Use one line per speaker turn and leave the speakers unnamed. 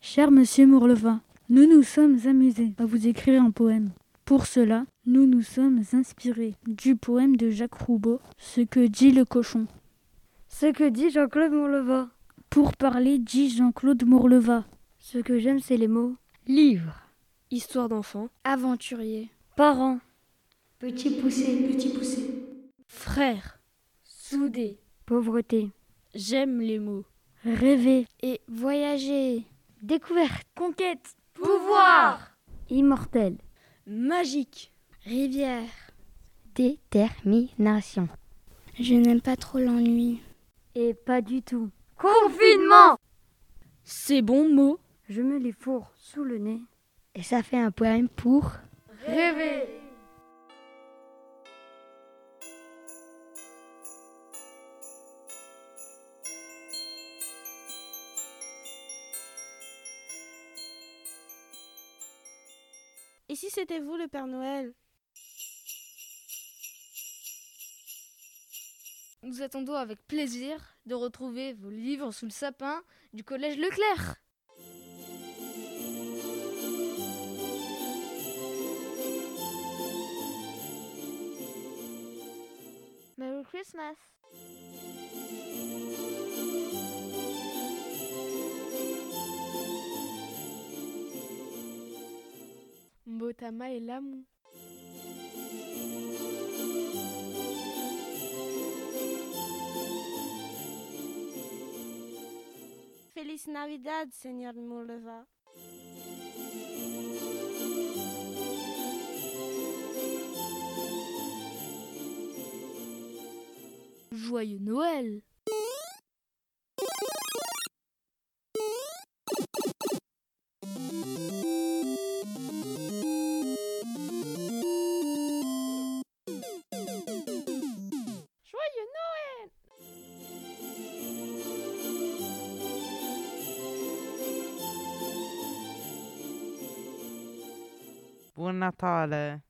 Cher monsieur Mourlevin, nous nous sommes amusés à vous écrire un poème. Pour cela, nous nous sommes inspirés du poème de Jacques Roubaud, Ce que dit le cochon.
Ce que dit Jean-Claude Mourleva.
Pour parler, dit Jean-Claude Mourleva.
Ce que j'aime, c'est les mots.
Livre.
Histoire d'enfant.
Aventurier.
Parents.
Petit poussé, petit poussé.
Frère. Soudé.
Pauvreté.
J'aime les mots.
Rêver.
Et voyager.
Découverte.
Conquête.
Pouvoir.
Immortel.
Magique.
Rivière.
Détermination.
Je n'aime pas trop l'ennui.
Et pas du tout.
Confinement
Ces bons mots.
Je me les fourre sous le nez.
Et ça fait un poème pour
rêver.
Et si c'était vous le Père Noël
Nous attendons avec plaisir de retrouver vos livres sous le sapin du Collège Leclerc.
Merry Christmas
Botama et l'amour.
Feliz Navidad, Seigneur Mouleva.
Joyeux Noël
Joyeux Noël
Buon Natale